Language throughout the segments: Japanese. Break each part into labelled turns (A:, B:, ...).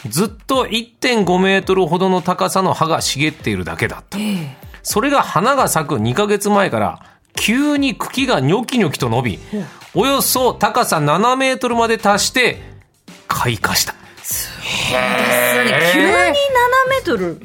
A: ずっと1.5メートルほどの高さの葉が茂っているだけだった、それが花が咲く2ヶ月前から急に茎がニョキニョキと伸び、およそ高さ7メートルまで達して開花した
B: 急に7メートル。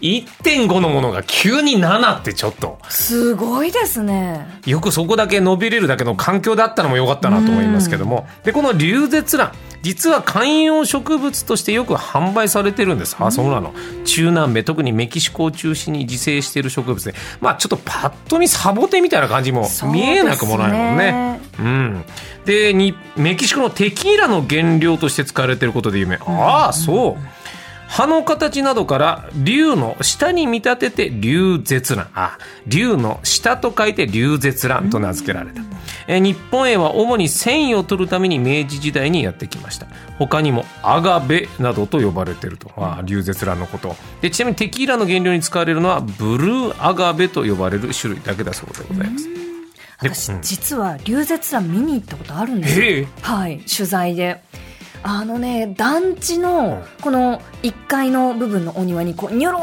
A: 1.5のものが急に7ってちょっと
B: すごいですね。
A: よくそこだけ伸びれるだけの環境だったのも良かったなと思いますけども、でこの龍舌蘭実は観葉植物としてよく販売されてるんですあそうなの中南米特にメキシコを中心に自生している植物でまあちょっとパッと見サボテンみたいな感じも見えなくもないもんね。うん、でにメキシコのテキーラの原料として使われていることで有名、ああそう葉の形などから竜の下に見立てて竜舌蘭あ竜の下と書いて竜舌蘭と名付けられた、えー日本へは主に繊維を取るために明治時代にやってきました他にもアガベなどと呼ばれているとあー竜舌蘭のことでちなみにテキーラの原料に使われるのはブルーアガベと呼ばれる種類だけだそうでございます、で
B: 私
A: うん
B: 実は龍舌蘭見に行ったことあるんですよ、
A: ええ
B: はい取材であのね団地のこの1階の部分のお庭にこうニョローっ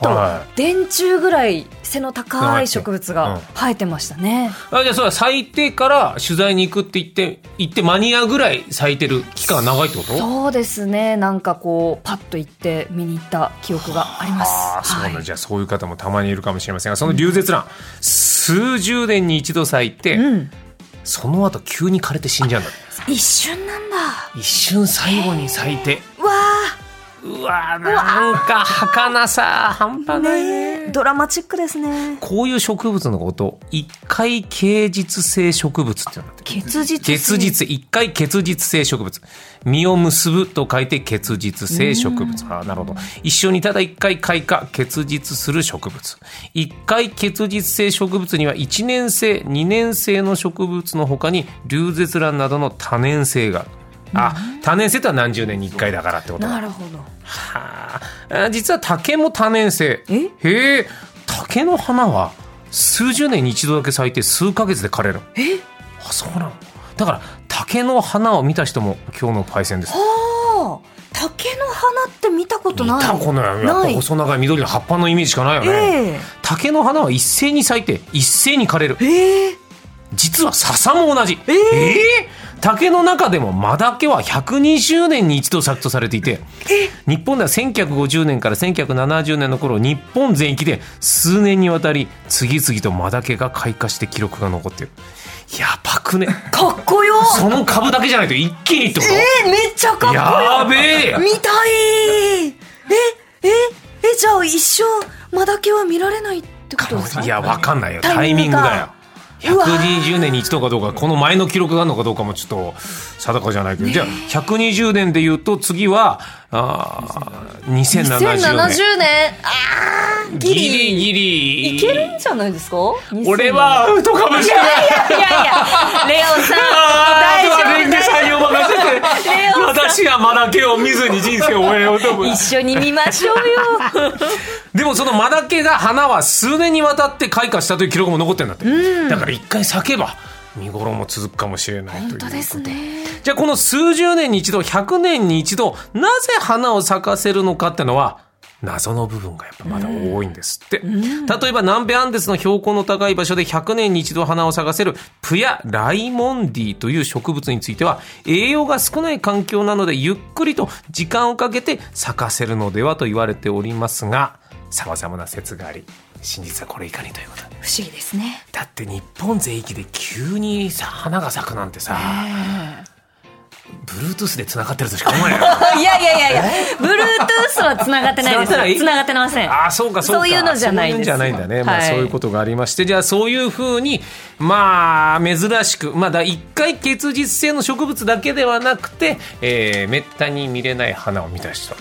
A: は
B: と電柱ぐらい背の高い植物
A: うん
B: が生えてましたね、
A: あじゃあそれは咲いてから取材に行くって言って行って間に合うぐらい咲いてる期間が長いってこと
B: そうですねなんかこうパッと行って見に行った記憶があります
A: ああそうなんだ、
B: はい
A: じゃあそういう方もたまにいるかもしれませんがその龍舌蘭、数十年に一度咲いて、
B: うん、
A: その後急に枯れて死んじゃうんだって
B: 一瞬なんだ
A: 一瞬最後に咲いて
B: わ
A: うわーなんか儚さ半端ないね
B: あドラマチックですね
A: こういう植物のこと一回形実性植物っていうんだって
B: 結実
A: 結実一回結実性植物実を結ぶと書いて結実性植物あなるほど一緒にただ一回開花結実する植物一回結実性植物には一年生二年生の植物の他に龍舌蘭などの多年生があるあ多年生とは何十年に一回だからってことだ
B: なるほど
A: はああ実は竹も多年生
B: え
A: へえ竹の花は数十年に一度だけ咲いて数ヶ月で枯れるえあそうなのだから竹の花を見た人も今日のパイセンです
B: おー竹の花って見たことない
A: 見たこのやっぱ
B: ない
A: 細長い緑の葉っぱのイメージしかないよね、
B: ええ
A: 竹の花は一斉に咲いて一斉に枯れる
B: えー、
A: 実は笹も同じ
B: えー
A: えー竹の中でもマダケは120年に一度咲くとされていて日本では1950年から1970年の頃日本全域で数年にわたり次々とマダケが開花して記録が残ってるやば くね
B: かっこよ
A: その株だけじゃないと一気にってこ
B: えー、めっちゃかっ
A: と
B: こよ
A: やべえ
B: 見たいえええじゃあ一生マダケは見られないってことですか
A: いやわかんないよタ
B: タ
A: イ
B: イ
A: ミ
B: ミ
A: ン
B: ン
A: グ
B: グ
A: だよ
B: かうわー
A: 120年に一度かどうかこの前の記録があるのかどうかもちょっと定かじゃないけど、じゃあ120年で言うと次はあー
B: 2070
A: 2070年
B: 年あーギ
A: ギ
B: リ
A: リギリ
B: いけるんじゃないですか
A: 俺はアウトかもしれない
B: いやいやレオさん
A: あーあとは
B: 大
A: レン
B: 丈
A: ゲさんにお任せして
B: レオさん
A: 私はマダケを見ずに人生を終えようと思う
B: 夫一緒に見ましょうよ
A: でもそのマダケが花は数年にわたって開花したという記録も残ってるんだって、だから一回咲けば見頃も続くかもしれないという
B: 本当ですね
A: じゃあこの数十年に一度100年に一度なぜ花を咲かせるのかってのは謎の部分がやっぱまだ多いんですって、例えば南米アンデスの標高の高い場所で100年に一度花を咲かせるプヤ・ライモンディという植物については栄養が少ない環境なのでゆっくりと時間をかけて咲かせるのではと言われておりますが様々な説があり真実はこれ以下にということで
B: 不思議ですね
A: だって日本全域で急にさ花が咲くなんてさ、Bluetooth で繋がってるとしか思えないよ
B: いやいやいやいや Bluetooth は繋がってないです
A: 繋がってない
B: つながってません
A: ああそうかそうか
B: そういうのじゃないです
A: そううんじゃないんだね、まあ、
B: はい
A: そういうことがありましてじゃあそういうふうにまあ珍しくまあだ一回結実性の植物だけではなくて、えー、めったに見れない花を見た人、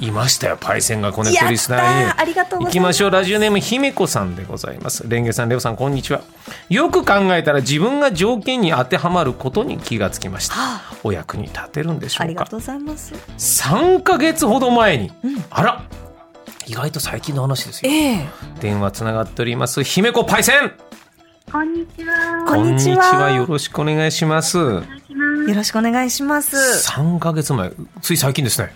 A: いましたよパイセンがコネクトリスナーに
B: やったーありがとうございます
A: 行きましょうラジオネームひめこさんでございますレンゲさんレオさんこんにちはよく考えたら自分が条件に当てはまることに気がつきました、お役に立てるんでしょ
B: あ
A: う
B: り
A: か
B: がとうございます
A: 3ヶ月ほど前に、あら意外と最近の話ですよ
B: ええ
A: 電話つながっております姫子パイセン
C: こんにちは。
B: こんにちは
A: よろしくお願いします
B: よろしくお願いします
A: 3ヶ月前つい最近ですね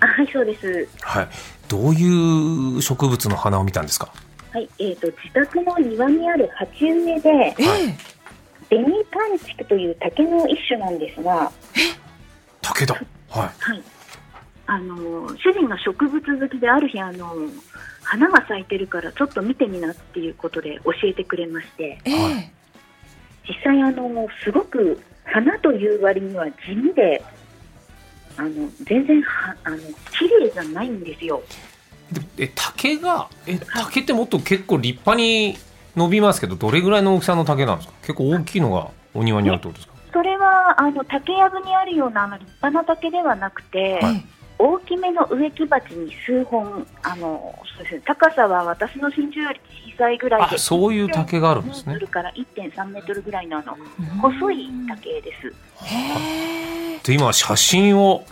C: はい、そうです。
A: はいどういう植物の花を見たんですか
C: はい、えっ、と、自宅の庭にある鉢植えで、
B: ええ
C: ベニパンチクという竹の一種なんですが、
A: 竹だはい
C: はい。あのー、主人が植物好きで、ある日、あのー、花が咲いてるからちょっと見てみなっていうことで教えてくれまして、
B: ええ
C: 実際、あのー、すごく花という割には地味で、あの、全然は、あの、綺麗じゃないんですよ。
A: でえ竹がえ竹ってもっと結構立派に伸びますけどどれぐらいの大きさの竹なんですか結構大きいのがお庭にあるってことですか
C: それはあの竹やぶにあるようなあの立派な竹ではなくて、
A: はい
C: 大きめの植木鉢に数本あのそうですね高さは私の身長より小さいぐらいで
A: あそういう竹があるんです
C: 1.4メー
A: ね
C: トルから1.3メートルぐらいのあの細い竹です。
A: で今写真を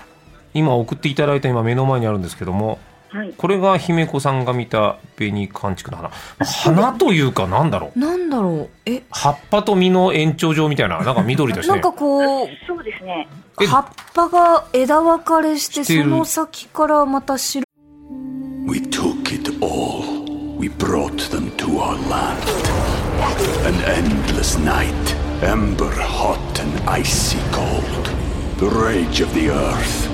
A: 今送っていただいた今目の前にあるんですけども
C: はい、
A: これが姫子さんが見た紅寒竹の花花というかなんだろう
B: なんだろうえ
A: 葉っぱと実の延長状みたいななんか緑だし
B: なん
A: ね
B: かこう
C: そうですね。
A: え
B: 葉っぱが枝分かれして
A: してる
B: その先からまた白
D: We took it all. We brought them to our land. An endless night, ember hot and icy cold. The rage of the earth.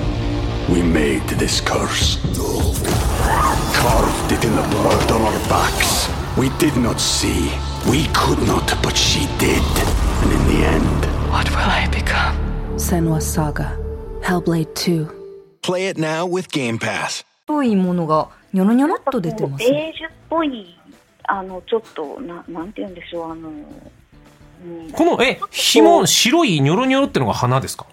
D: We made this curse. Carved it in the blood on our backs. We did not see. We could not, but she did. And in the end,
E: What will I become? Senwa Saga. Hellblade 2.
F: Play it now with Game Pass.
B: いものがニョロニョロっと出てますね
C: ベージュっぽいあのちょっとななんて言うんでしょうあの、うん、
A: このえ紐白いニョロニョロってのが花ですか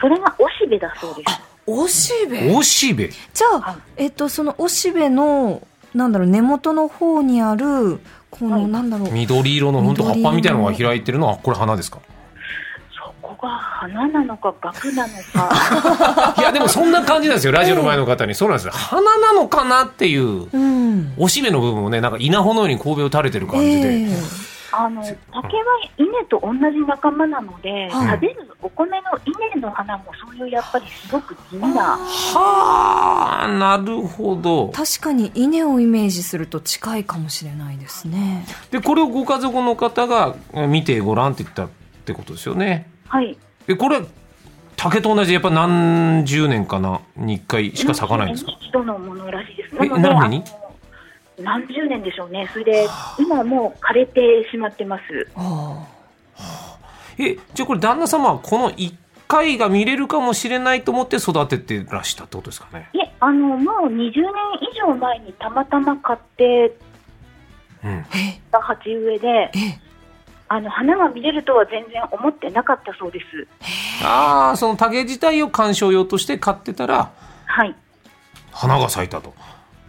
C: それがおしべだそうです。
B: おしべ
A: おしべ
B: じゃあ、えっと、そのおしべのなんだろう根元の方にあるこの、なんだろう
A: 緑色のほんと葉っぱみたいなのが開いてるのはこれ花ですか
C: そこが花なのか額なのか。
A: いやでもそんな感じなんですよラジオの前の方にそうなんですよ花なのかなっていう
B: うん
A: おしべの部分をねなんか稲穂のように神戸を垂れてる感じで、
B: ええ
C: あの竹は稲と同じ仲間なの
B: は
C: で、
B: い
C: 食べるお米の稲の花もそういうやっぱりすごく地味な
A: はあなるほど
B: 確かに稲をイメージすると近いかもしれないですね。
A: でこれをご家族の方がえ見てごらんって言ったってことですよね
C: はい
A: えこれ竹と同じやっぱ何十年かなに一回しか咲かないんですか
C: 何十年に一度のものらしいです
A: え
C: なので
A: 何年に
C: あの何十年でしょうねそれで今もう枯れてしまってます
B: ああ
A: えじゃあこれ旦那様はこの1回が見れるかもしれないと思って育ててらしたってことですかね、
C: いえあのもう20年以上前にたまたま買って
A: うん、
B: え
C: た鉢植えで
B: え
C: あの花が見れるとは全然思ってなかったそうです
A: ああその竹自体を観賞用として買ってたら
C: はい
A: 花が咲いたと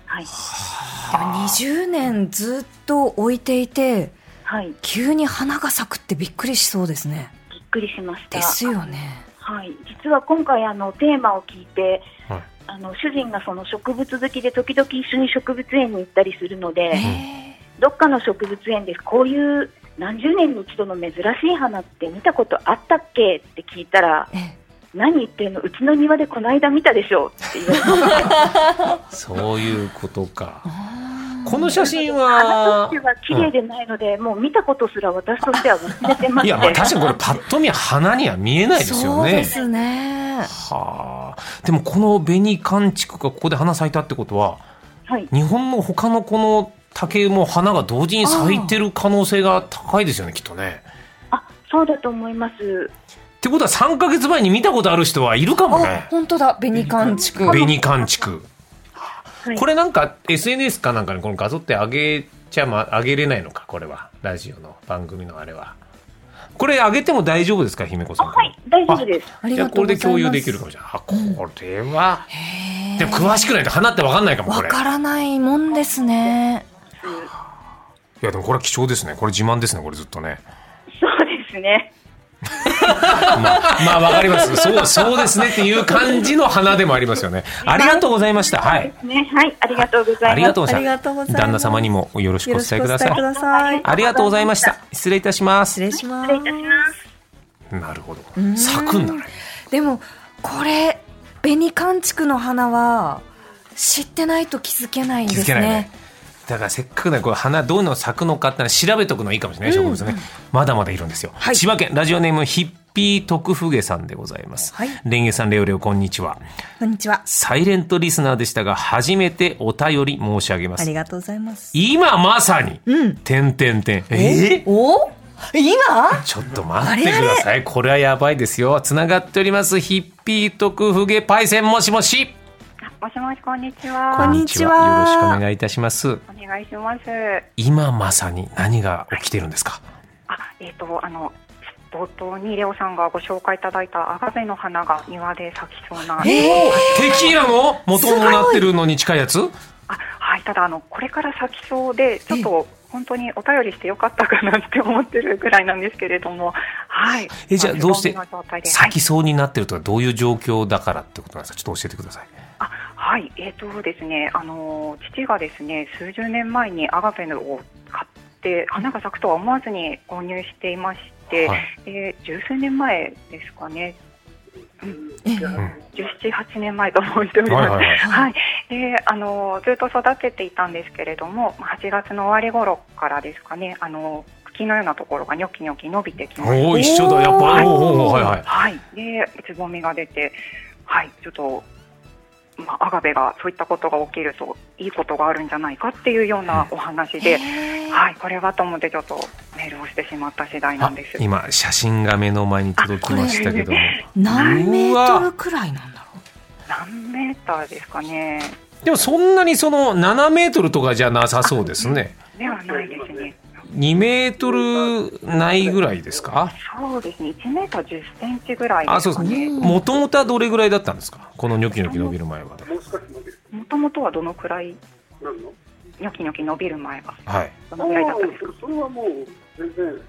C: はい
B: でも20年ずっと置いていて
C: はいびっ
B: 急に花が咲くってびっくりしそうですね。
C: くりしました
B: ですよね。
C: はい、実は今回あのテーマを聞いて、
A: はい
C: あの主人がその植物好きで時々一緒に植物園に行ったりするので、
B: え
C: どっかの植物園でこういう何十年に一度の珍しい花って見たことあったっけって聞いたら
B: ええ
C: 何言ってるのうちの庭でこの間見たでし ょって言われて
A: そういうことか
B: あ
A: この写真
C: 花
A: は
C: としては綺麗でないので、もう見たことすら私としては忘れてま
A: い
C: し
A: やまあ
C: て
A: 確かにこれパッと見花には見えな
B: ー
A: いですよ
B: そうで
A: ね
B: すね。
A: はあでもこの紅寒竹がここで花咲いたってことは
C: はい、
A: 日本の他のこの竹も花が同時に咲いてる可能性が高いですよねきっとね
C: あそうだと思います
A: ってことは3か月前に見たことある人はいるかも
B: あ
A: ね、
B: 本当だ、紅寒竹。
A: 紅寒竹
C: はい
A: これなんか SNS かなんかにこの画像って上げちゃま上げれないのかこれはラジオの番組のあれはこれ上げても大丈夫ですか姫子さ
C: あ
A: ん
C: はい大丈夫です
B: あり
A: じゃ
B: が
A: あ
B: と
A: こ
B: うございます。
A: れで共有できるかもしれないあこれは、
B: へー
A: でも詳しくないと花って分かんないかもこ
B: わ
A: れ
B: からないもんですね。
A: いやでもこれは貴重ですねこれ自慢ですねこれずっ とね
C: そうですね
A: まあわかりますそうそうですねっていう感じの花でもありますよねありがとうございましたはい
C: ねはいありがとうござ
A: あ
C: い
A: り
C: ま
A: が
C: す
A: とうござい
B: ありがとう
A: ま
B: ござ
A: す
B: います
A: 旦那様にもよろしくお
B: よろ
A: 伝
B: し
A: え
B: く
A: く
B: お伝
A: だ
B: え
A: さい
B: ください。
A: ありがとうございました失礼いたします
B: 失礼しま
C: 失礼いたします
A: なるほど咲くんだね
B: す。でも、これ、紅寒竹の花は、知ってないと気づけないんで
A: 気づ
B: す
A: けないね
B: ね。
A: だからせっかくねこう花どういうの咲くのかってのは調べとくのいいかもしれない植物ね、まだまだいるんですよ、
B: はい
A: 千葉県ラジオネームヒッピー徳フさんでございます、
B: はい
A: レンゲさんレオレオこんにちは
B: こんにちは。
A: サイレントリスナーでしたが初めてお便り申し上げま
B: あ
A: す
B: りがとうございます。
A: 今まさに、
B: うん
A: 点点点えー
B: お今
A: ちょっと待ってくださいこれはやばいですよつながっておりますヒッピー徳フゲパイセンもしもし
G: もしもし、こんにちは。
B: こんにちは
A: よろしくお願いいたします
G: お願いします。
A: 今まさに何が起きてるんですか
G: あ、えっ、と、あの、冒頭にレオさんがご紹介いただいたアガベの花が庭で咲きそうな。
A: テキーラの元のなってるのに近いやつ
G: あ、はい、ただ、あの、これから咲きそうで、ちょっと。本当にお便りしてよかったかなって思ってるぐらいなんですけれども、はい。
A: えじゃあどうして
G: まあ不安な状態ではい
A: 咲きそうになってるとはどういう状況だからってことなんですかちょっと教えてください
G: あはい、えっ、とですね、あの父がですね、数十年前にアガベを買って花が咲くとは思わずに購入していまして、
A: はい
G: えー十数年前ですかね。
B: え
G: 十七八年前と思っておりま
A: はい
G: す。
A: はいはい
G: はいで、あのずっと育てていたんですけれども、まあ八月の終わり頃からですかね、あの茎のようなところがニョキニョキ伸びてきまして
A: おお一緒だやっぱりおーおーおーはいはい
G: はい、でつぼみが出て、はい、ちょっと、まあ、アガベがそういったことが起きるといいことがあるんじゃないかっていうようなお話で、はい、これはと思ってちょっとメールをしてしまった次第なん
A: あ
G: です。
A: 今写真が目の前に届きましたけども
B: 何メートルくらいなんだろ
G: 何メーターですかね。
A: でもそんなにその7メートルとかじゃなさそうですね
G: ではないですね。
A: 2メートルないぐらいですか
G: そうですね。一メーター十センチぐらい
A: あ
G: で
A: そう
G: す
A: で
G: か
A: すね
G: ね。
A: もともとはどれぐらいだったんですかこのニョキニョキ伸びる前まで
G: もともとはどのくらい。ニョキニョキ伸びる前は
A: はい
G: どのくらいだったんですか。
H: それはもう全然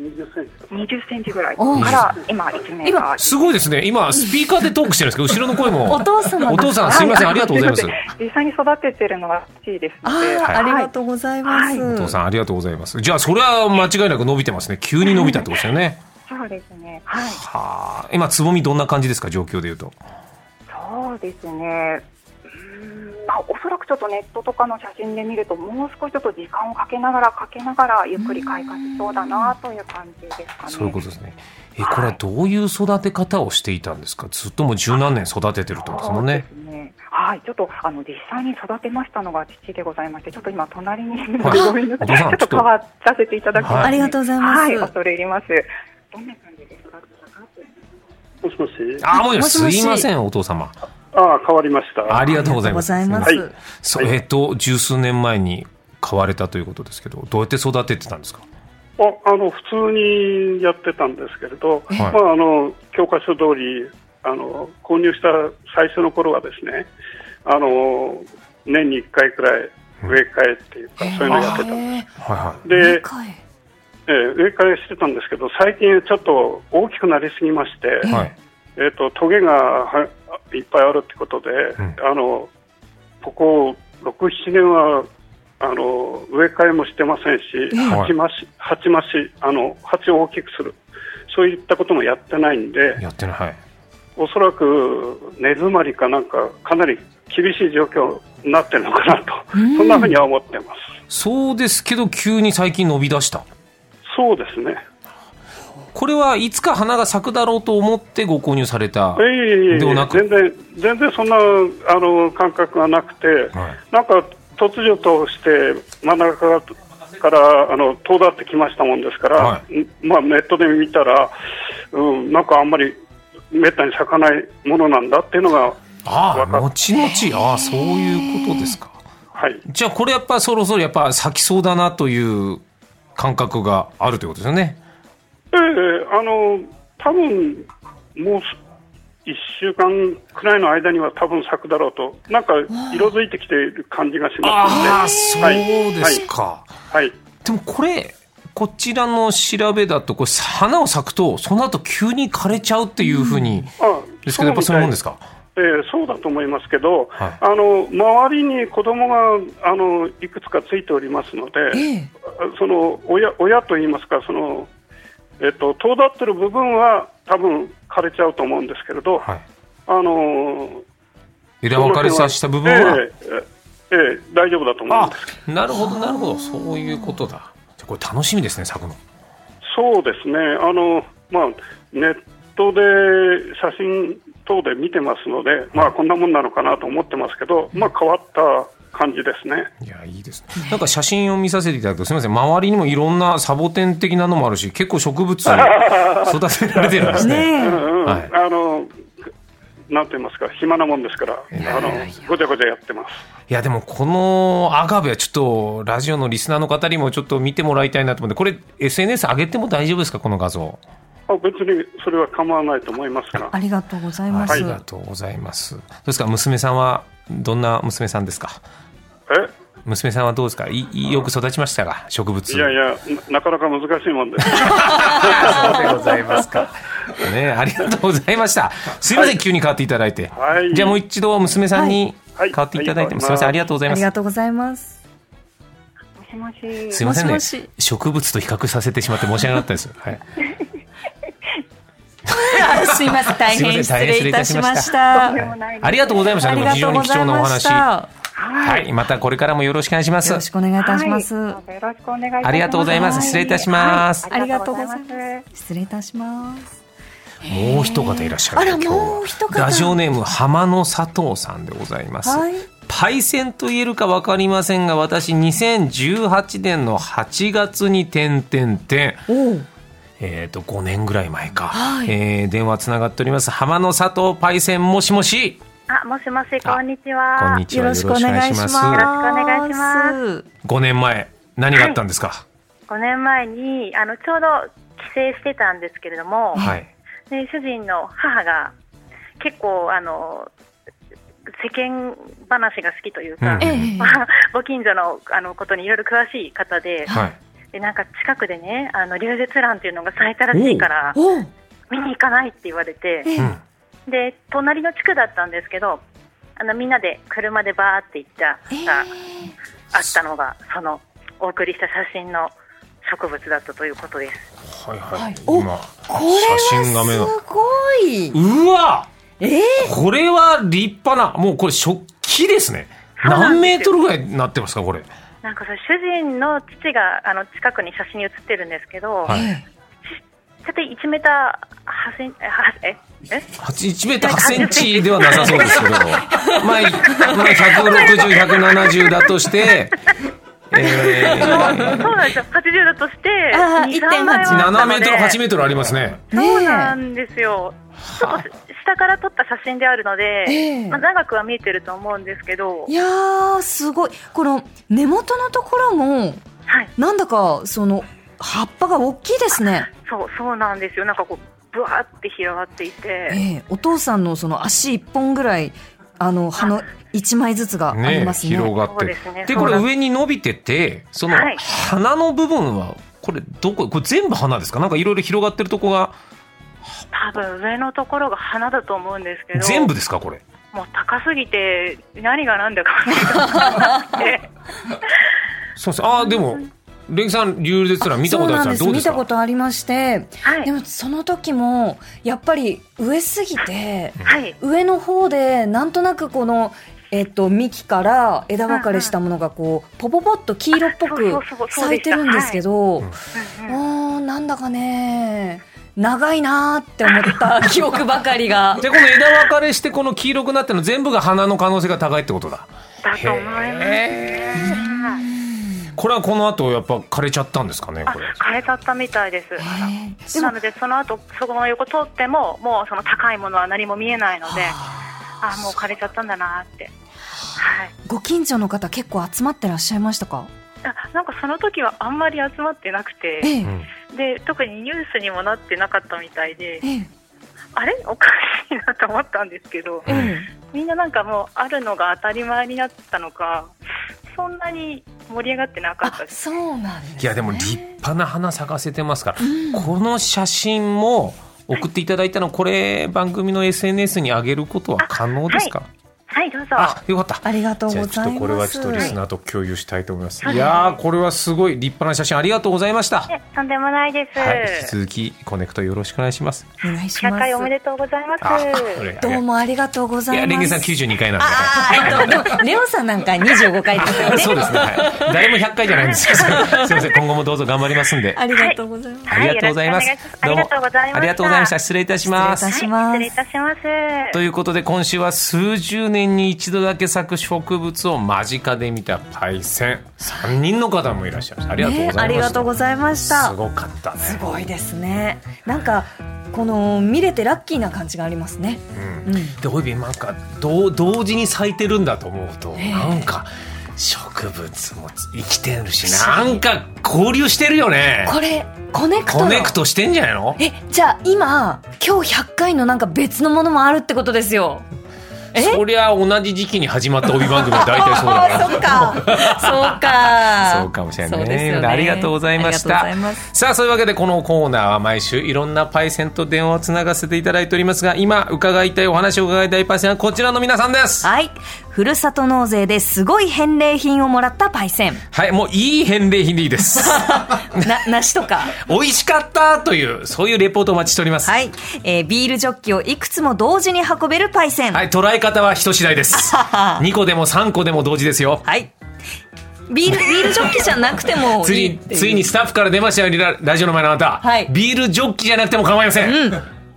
G: 20センチぐらいか
B: おう
G: ら今1名が
B: 今
A: すごいですね。今、スピーカーでトークしてるんですけど、後ろの声も。
B: お父様
A: お父さん、すみません、ありがとうございます。
G: 実際に育ててるのはしいです
B: あ
G: ので、
B: ー、
A: はい
B: ありがとうございます。
A: お父さん、ありがとうございます。じゃあ、それは間違いなく伸びてますね。急に伸びたってことですよね。
G: そうですね。はい。
A: はあ、今、つぼみどんな感じですか、状況で言うと。
G: そうですね。うーんまあ、おそらくちょっとネットとかの写真で見ると、もう少しちょっと時間をかけながら、かけながら、ゆっくり開花しそうだなという感じですかね。
A: そういうことですね。え、これはどういう育て方をしていたんですかずっともう十何年育ててるってことですもんね。
G: そうですね。はい、ちょっとあの実際に育てましたのが父でございまして、ちょっと今隣にいるの
A: はい
G: でごめんなさい。
A: お父さん
G: ちょっ
A: ちょ
G: と
A: っと
G: 変わさせていただきます、
A: はいあ
B: りがとうございます
G: はい、恐れ入ります。どんな感じで育てたかという
H: もしもし。
A: あ、も
B: も
A: う
B: しも
A: す
B: し
A: いません、お父様。
H: ああ、変わりました。
A: ありがとうございます。
B: ありがとうございます
A: そうえっと、十数年前に買われたということですけど、どうやって育ててたんですか
H: ああの、普通にやってたんですけれど、
A: い
H: まあ、あの、教科書通り、あの、購入した最初の頃はですね、あの、年に1回くらい植え替えっていうか、そういうのやってたん
B: え
H: で
A: はいは
H: す。で、
B: ー深い
H: えー植え替えしてたんですけど、最近ちょっと大きくなりすぎまして、
A: い。はい。
H: えっ、と、トゲがはいっぱいあるってことで、
A: ん
H: あの、ここ6、7年は、あの、植え替えもしてませんし、
A: はい
H: 鉢増し、鉢増し、あの、鉢を大きくする。そういったこともやってないんで、
A: やってない。はい。
H: おそらく根詰まりかなんか、かなり厳しい状況になってるのかなと、そんなふうには思ってます。
A: そうですけど、急に最近伸び出した。
H: そうですね。
A: これはいつか花が咲くだろうと思ってご購入された。
H: いえいえいえ
A: でもなく
H: 全然全然そんなあの感覚がなくて、
A: はい
H: なんか突如として真ん中からあの遠立ってきましたもんですから、
A: は
H: んまあ、ネットで見たら、うん、なんかあんまりめったに咲かないものなんだっていうのが、
A: ああ、
H: わかっ
A: 後々、ああ、そういうことですか。
H: はい、
A: じゃあ、これやっぱそろそろやっぱ咲きそうだなという感覚があるということですよね。
H: ええあの多分もうす1週間くらいの間には多分咲くだろうと、なんか色づいてきている感じがし
A: あ
H: ま
A: あ、そ
H: すね。
A: う
H: はい
A: ですか。
H: はいはい
A: でもこれ、こちらの調べだと、これ花を咲くと、その後急に枯れちゃうっていうふうに、
H: あ
A: ですけど、やっぱそういうもんですか。
H: えーそうだと思いますけど、
A: はい
H: あの周りに子供があのいくつかついておりますので、あその親親といいますか、そのえっと遠立ってる部分は多分枯れちゃうと思うんですけれど、
A: はい。
H: あの
A: 枝分かれさせた部分は、
H: えーえーえー大丈夫だと思うん
A: あ
H: です。、
A: なるほど、なるほど、そういうことだ。じゃあこれ楽しみですね、咲くの。
H: そうですね、あのまあ、ネットで写真等で見てますので、まあ、こんなもんなのかなと思ってますけど、まあ、変わった感じですね。
A: いや、いいですね。なんか写真を見させていただくと、すみません、周りにもいろんなサボテン的なのもあるし、結構植物を育てられてるんですね。
B: ねえ
H: うんうん
A: はい
H: あのなんて言いますか暇なもんですから
A: いや
H: あの
A: いやいや
H: ごちゃごちゃやってます
A: いや、でもこのアガベはちょっと、ラジオのリスナーの方にもちょっと見てもらいたいなと思って、これ、SNS 上げても大丈夫ですか、この画像。
H: あ別にそれは構わないと思いますが
B: ありがとうございま
A: あ
B: す。
A: りがとうございます。どうですか、娘さんは、どんな娘さんですか
H: え
A: 娘さんはどうですかいいよく育ちましたが、植物。
H: いやいやななかなか難しいもんです
A: そうでございますか。 ねありがとうございました。すいません、急に変わっていただいて。
H: はい
A: じゃあもう一度娘さんに
H: はい
A: 変わっていただいても、
H: はい
A: すいません、ありがとうござい
B: あ
A: ま
B: り
A: す。
B: がとうございます。
G: もしもし。
A: すいませんね
B: もしもし
A: 植物と比較させてしまって申し訳なかったです。はい。
B: すいません、大変
A: すいません
B: 失
A: 大変
B: 礼いたしました。
G: もないです
A: ありがとうございました。
B: あ
A: で
B: り
A: も
B: が
A: 非
B: と
A: 常
B: うござ
A: に貴重
B: い
A: なお
B: まし
A: 話。
B: た。
A: はい、またこれからもよろしくお願いしま
B: よろ
A: す
B: し。くお願いいたします。
G: はいどうぞよろしくお願いいたし
A: あ
G: ます。
A: りがとうございます
G: は
A: 失礼いたします
G: はいありがとうございます。
B: 失礼いたします。
A: もう一方いらっしゃる。
B: あら
A: 今日は
B: もう一方
A: ラジオネーム浜野佐藤さんでございます。
B: はい
A: パイセンと言えるか分かりませんが私2018年の8月に点々点
B: おう
A: えっ、と5年ぐらい前か、
B: はい
A: えー電話つながっております浜野佐藤パイセンもしもし
C: あ、もしもし、
A: あ
C: こんにちは。
A: こんにち
B: よ
A: は
B: ろしくお願いします。。
C: よろしくお願いします
A: 5年前何があったんですか
C: 5年前に、あの、ちょうど帰省してたんですけれども、
A: はい
C: で主人の母が、結構、あの、世間話が好きというか、
A: うん
B: え え
C: まあご近所のあのことにいろいろ詳しい方で、
A: はい
C: でなんか近くでねあの流絶蘭っていうのが咲いたらしいから見に行かないって言われて、で隣の地区だったんですけどあのみんなで車でバーって行ったら、あったのがそのお送りした写真の植物だったということです。
A: はいはい、
C: はい
B: お
A: 今
B: これは
A: 写真画面が
B: すごいう
A: わ
B: ええ
A: これは立派なもうこれ食器ですね
C: そうな
A: 何
C: ん
A: メー
C: です
A: ト
C: よ
A: ルぐらいになってますかこれ
C: なんかそれ主人の父があの近くに写真に写ってるんですけど、
A: はい
C: 大体1メーター8センえはええ
A: 8 1メートル8センチではなさそうですけど、 まあ、いまあ160、170だとして、え
C: そうそうなんですよ80だとし て
B: あー
C: 2 3倍は
A: ー、
C: あった
A: 7メー
C: ので
A: トル、8メートルありますね。
C: そうなんですよちょっと下から撮った写真であるので、
B: ええ
C: まあ、長くは見えてると思うんですけど
B: いやーすごいこの根元のところも、なんだかその葉っぱが大きいですね
C: そうそうなんですよなんかこうぶわーって広がっていて、
B: ええお父さんのその足一本ぐらいあの葉の一枚ずつがあり
A: ね
B: ますね
A: 広がってる。で、これ上に伸びてて、その
B: はい
A: 花の部分は、これどこ、これ全部花ですかなんかいろいろ広がってるとこが、
C: 多分上のところが花だと思うんですけど
A: 全部ですかこれ。
C: もう高すぎて何が何だか分からな くて
A: そうそう。ああ、でも、レンキさん、流列欄見
B: そ
A: たこ
B: う
A: とあ
B: なん
A: る
B: で
A: んです
B: す
A: かどうで
B: 見
A: す
B: た
A: か
B: ことありまして、でもその時もやっぱり上すぎて、上の方でなんとなくこの、えっと、幹から枝分かれしたものがこうポポポッと黄色っぽく
C: あそうそうそうそう
B: 咲
C: で
B: い
C: し
B: て
C: た
B: るんですけど、あーなんだかね長いなーって思った記憶ばかりが。
A: で、この枝分かれして、この黄色くなってるの全部が花の可能性が高いってことだ。
C: だと思いますね
A: これはこの後、やっぱ枯れちゃったんですかねこれ。
C: 変えちゃったみたいですなのでその後そこの横通ってももうその高いものは何も見えないのでああもう枯れちゃったんだなって
B: ご近所の方結構集まってらっしゃいましたか
C: あなんかその時はあんまり集まってなくて、
B: え
C: で特にニュースにもなってなかったみたいで、あれおかしいなと思ったんですけど、みんななんかもうあるのが当たり前になったのかそんなに盛り上がってなかったです
B: そうなん
A: いやでも立派な花咲かせてますから、この写真も送っていただいたのこれ番組の SNS に上げることは可能ですか、
C: はいどうぞ
A: あよかった
B: ありがとうご
A: じ
B: ざ
A: ゃ
B: います
A: あちょっとこれはちょっとリスナーと共有したいと思います、
C: はい
A: い、やーこれはすごい立派な写真ありがとうございました、
C: えとんでもないです、
A: はい、引き続きコネクトよろしくお願いします
B: お願いし
C: 100
B: ます
C: 回おめでとうございます
A: あそれ
B: どうもありがとうござ
A: いや
B: い
A: レン
B: ま
A: ゲ
B: す
A: さん92回なんで
B: あでもでもレオさんなんか25回ですよね
A: そうですね、はい、誰も100回じゃないんですけどすいません今後もどうぞ頑張りますんで
B: ありがとうございます、
A: ありがとうございます。ど
C: は
A: う
C: い
A: も
C: よろしく
A: ありがとうござ
C: お願いします
A: いました。失礼いたします。
C: はい失礼いたします
A: ということで今週は数十年に一度だけ咲く植物を間近で見たパイセン3人の方もいらっしゃいましたありがとうございまし
B: ね
A: た、
B: ありがとうございました
A: すごかったね
B: すごいですねなんかこの見れてラッキーな感じがありますね
A: うん
B: うん
A: でおいびなんか同同時に咲いてるんだと思うと、
B: ええ
A: なんか植物も生きてるしなんか交流してるよね
B: これコネクト
A: コ
B: の
A: ネクトしてんじゃないの
B: えじゃあ今今日100回のなんか別のものもあるってことですよ
A: そりゃ同じ時期に始まった帯番組は大体そうだから
B: あそっかそうか
A: そうかもしれない
B: そうです
A: ね
B: よね
A: ありがとうございまし
B: あ
A: た
B: りがとうございます
A: さあそういうわけでこのコーナーは毎週いろんなパイセンと電話をつながせていただいておりますが今伺いたいお話を伺いたいパイセンはこちらの皆さんです
B: はいふるさと納税ですごい返礼品をもらったパイセン
A: はいもういい返礼品でいいです
B: な梨とか
A: 美味しかったというそういうレポートをお待ちしております
B: はい、えービールジョッキをいくつも同時に運べるパイセン、
A: はい捉え方は人次第です 2個でも3個でも同時ですよ
B: はいビールビールジョッキじゃなくても
A: つ
B: い
A: い
B: い
A: に
B: っていう
A: ついにスタッフから出ましたよララジオの前のあなた、
B: はい
A: ビールジョッキじゃなくても構いません、ど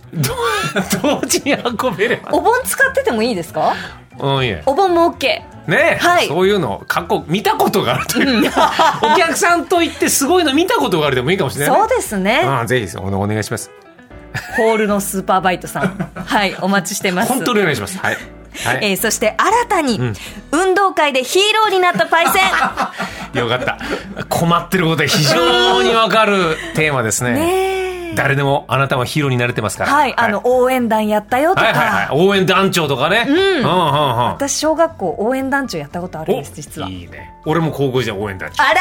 A: 同時に運べれば
B: お盆使っててもいいですか
A: うんいえ
B: お盆も OK
A: ねえ、
B: はい
A: そういうの過去見たことがあると いう、お客さんと行ってすごいの見たことがあるでもいいかもしれないね、
B: そうですね
A: ああぜひおお願いします
B: ホールのスーパーバイトさんはいお待ちしてます
A: 本当にお願いしますはい、はい
B: えーそして新たに、
A: うん
B: 運動会でヒーローになった パイセン
A: よかった困ってることが非常にわかるテーマですね
B: ねえ
A: 誰でもあなたはヒーローになれてますから。
B: はい、あの、応援団やったよとか、
A: はいはいはい。応援団長とかね。
B: うん
A: うんうんうん。
B: 私、小学校応援団長やったことあるんです、実は。
A: いいね。俺も高校時代応援団長。
B: あら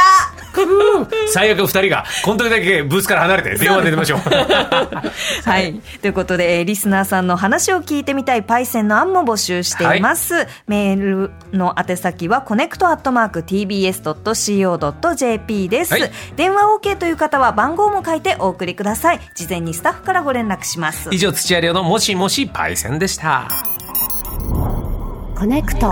A: 最悪二人が、この時だけブースから離れて電話で出ま しょう。
B: はい。ということで、えーリスナーさんの話を聞いてみたいパイセンの案も募集しています。メールの宛先は、コネクトアットマーク tbs.co.jp です。
A: はい
B: 電話 OK という方は番号も書いてお送りください。事前にスタッフからご連絡します。
A: 以上、土屋亮のもしもしパイセンでした。
I: コネクト。